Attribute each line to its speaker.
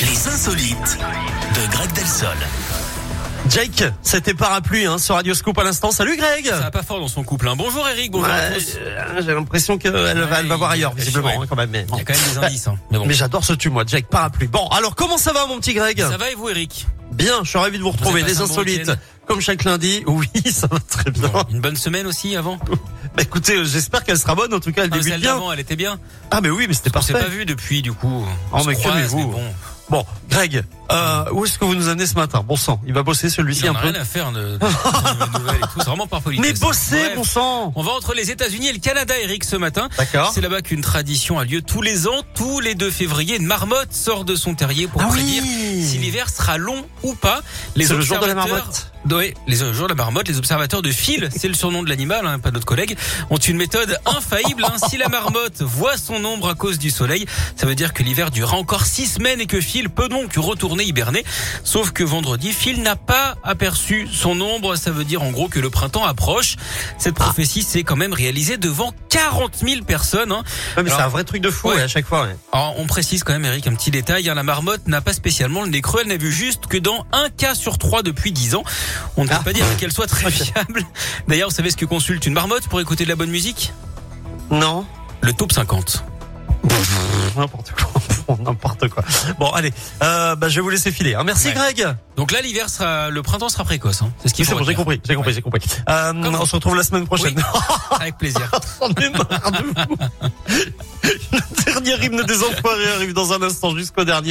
Speaker 1: Les insolites de Greg Delsol.
Speaker 2: Jake, c'était Parapluie hein, sur Radio Scoop à l'instant. Salut Greg
Speaker 3: Ça va pas fort dans son couple. Hein. Bonjour Eric, bonjour à
Speaker 2: Ouais,
Speaker 3: tous.
Speaker 2: euh, J'ai l'impression qu'elle va, elle va
Speaker 3: il-
Speaker 2: voir ailleurs,
Speaker 3: elle est
Speaker 2: visiblement,
Speaker 3: chouette.
Speaker 2: hein, quand même. Mais,
Speaker 3: Il y a quand même des indices. Hein. Mais bon.
Speaker 2: mais j'adore ce tu, moi, Jake, Parapluie. Bon, alors comment ça va, mon petit Greg
Speaker 3: Ça va et vous Eric
Speaker 2: Bien, je suis ravi de vous retrouver.
Speaker 3: passé
Speaker 2: Les
Speaker 3: un bon
Speaker 2: insolites,
Speaker 3: week-end
Speaker 2: comme chaque lundi. Oui, ça va très bien.
Speaker 3: Bon, Une bonne semaine aussi avant
Speaker 2: Bah écoutez, euh, j'espère qu'elle sera bonne. En tout cas, elle
Speaker 3: Ah,
Speaker 2: débute
Speaker 3: Celle
Speaker 2: bien.
Speaker 3: d'avant, elle était bien.
Speaker 2: Ah mais oui, mais c'était
Speaker 3: On s'est
Speaker 2: parfait.
Speaker 3: pas vu depuis du coup.
Speaker 2: Oh,
Speaker 3: On se
Speaker 2: mais
Speaker 3: croise,
Speaker 2: calmez-vous.
Speaker 3: mais bon,
Speaker 2: Bon, Greg, euh, où est-ce que vous nous amenez ce matin Bon sang, il va bosser celui-ci
Speaker 3: il en
Speaker 2: un
Speaker 3: a
Speaker 2: peu.
Speaker 3: rien à faire de, de- de nouvelles et tout. C'est vraiment par politesse.
Speaker 2: Mais bosser,
Speaker 3: Bref,
Speaker 2: bon sang
Speaker 3: On va entre les États-Unis et le Canada, Eric, ce matin.
Speaker 2: D'accord.
Speaker 3: C'est là-bas qu'une tradition a lieu tous les ans. Tous les 2 février, une marmotte sort de son terrier pour
Speaker 2: Ah
Speaker 3: prédire si
Speaker 2: oui
Speaker 3: l'hiver sera long ou pas.
Speaker 2: C'est le jour de la
Speaker 3: observateurs-
Speaker 2: marmotte.
Speaker 3: Ouais, les euh, jours de la marmotte, les observateurs de fil, c'est le surnom de l'animal, hein, pas d'autres collègues, ont une méthode infaillible. hein. Si la marmotte voit son ombre à cause du soleil, ça veut dire que l'hiver durera encore six semaines et que Phil peut donc retourner hiberner. Sauf que vendredi, Phil n'a pas aperçu son ombre. Ça veut dire en gros que le printemps approche. Cette prophétie s'est quand même réalisée devant 40 000 personnes. hein.
Speaker 2: Ouais, mais c'est
Speaker 3: Alors-
Speaker 2: un vrai truc de fou
Speaker 3: Ouais.
Speaker 2: ouais, à chaque fois. ouais.
Speaker 3: Alors, Ah, on précise quand même, Eric, un petit détail. hein, la marmotte n'a pas spécialement le nez creux. Elle n'a vu juste que dans un cas sur trois depuis 10 ans. On ne peut
Speaker 2: Ah.
Speaker 3: pas dire qu'elle soit très
Speaker 2: Ok.
Speaker 3: fiable. D'ailleurs, vous savez ce que consulte une marmotte pour écouter de la bonne musique
Speaker 2: Non
Speaker 3: Le top 50.
Speaker 2: N'importe quoi. Bon, N'importe quoi. Bon, allez, euh, bah, je vais vous laisser filer. hein. Merci
Speaker 3: Ouais.
Speaker 2: Greg.
Speaker 3: Donc là, l'hiver sera, le printemps sera précoce. hein. C'est ce
Speaker 2: Oui,
Speaker 3: qu'il
Speaker 2: C'est
Speaker 3: faut
Speaker 2: bon, j'ai
Speaker 3: retenir.
Speaker 2: compris, j'ai compris, j'ai compris. Euh,
Speaker 3: Comme
Speaker 2: on se retrouve la semaine prochaine.
Speaker 3: Avec plaisir.
Speaker 2: J'en ai marre de vous. Le dernier hymne des enfoirés arrive dans un instant jusqu'au dernier.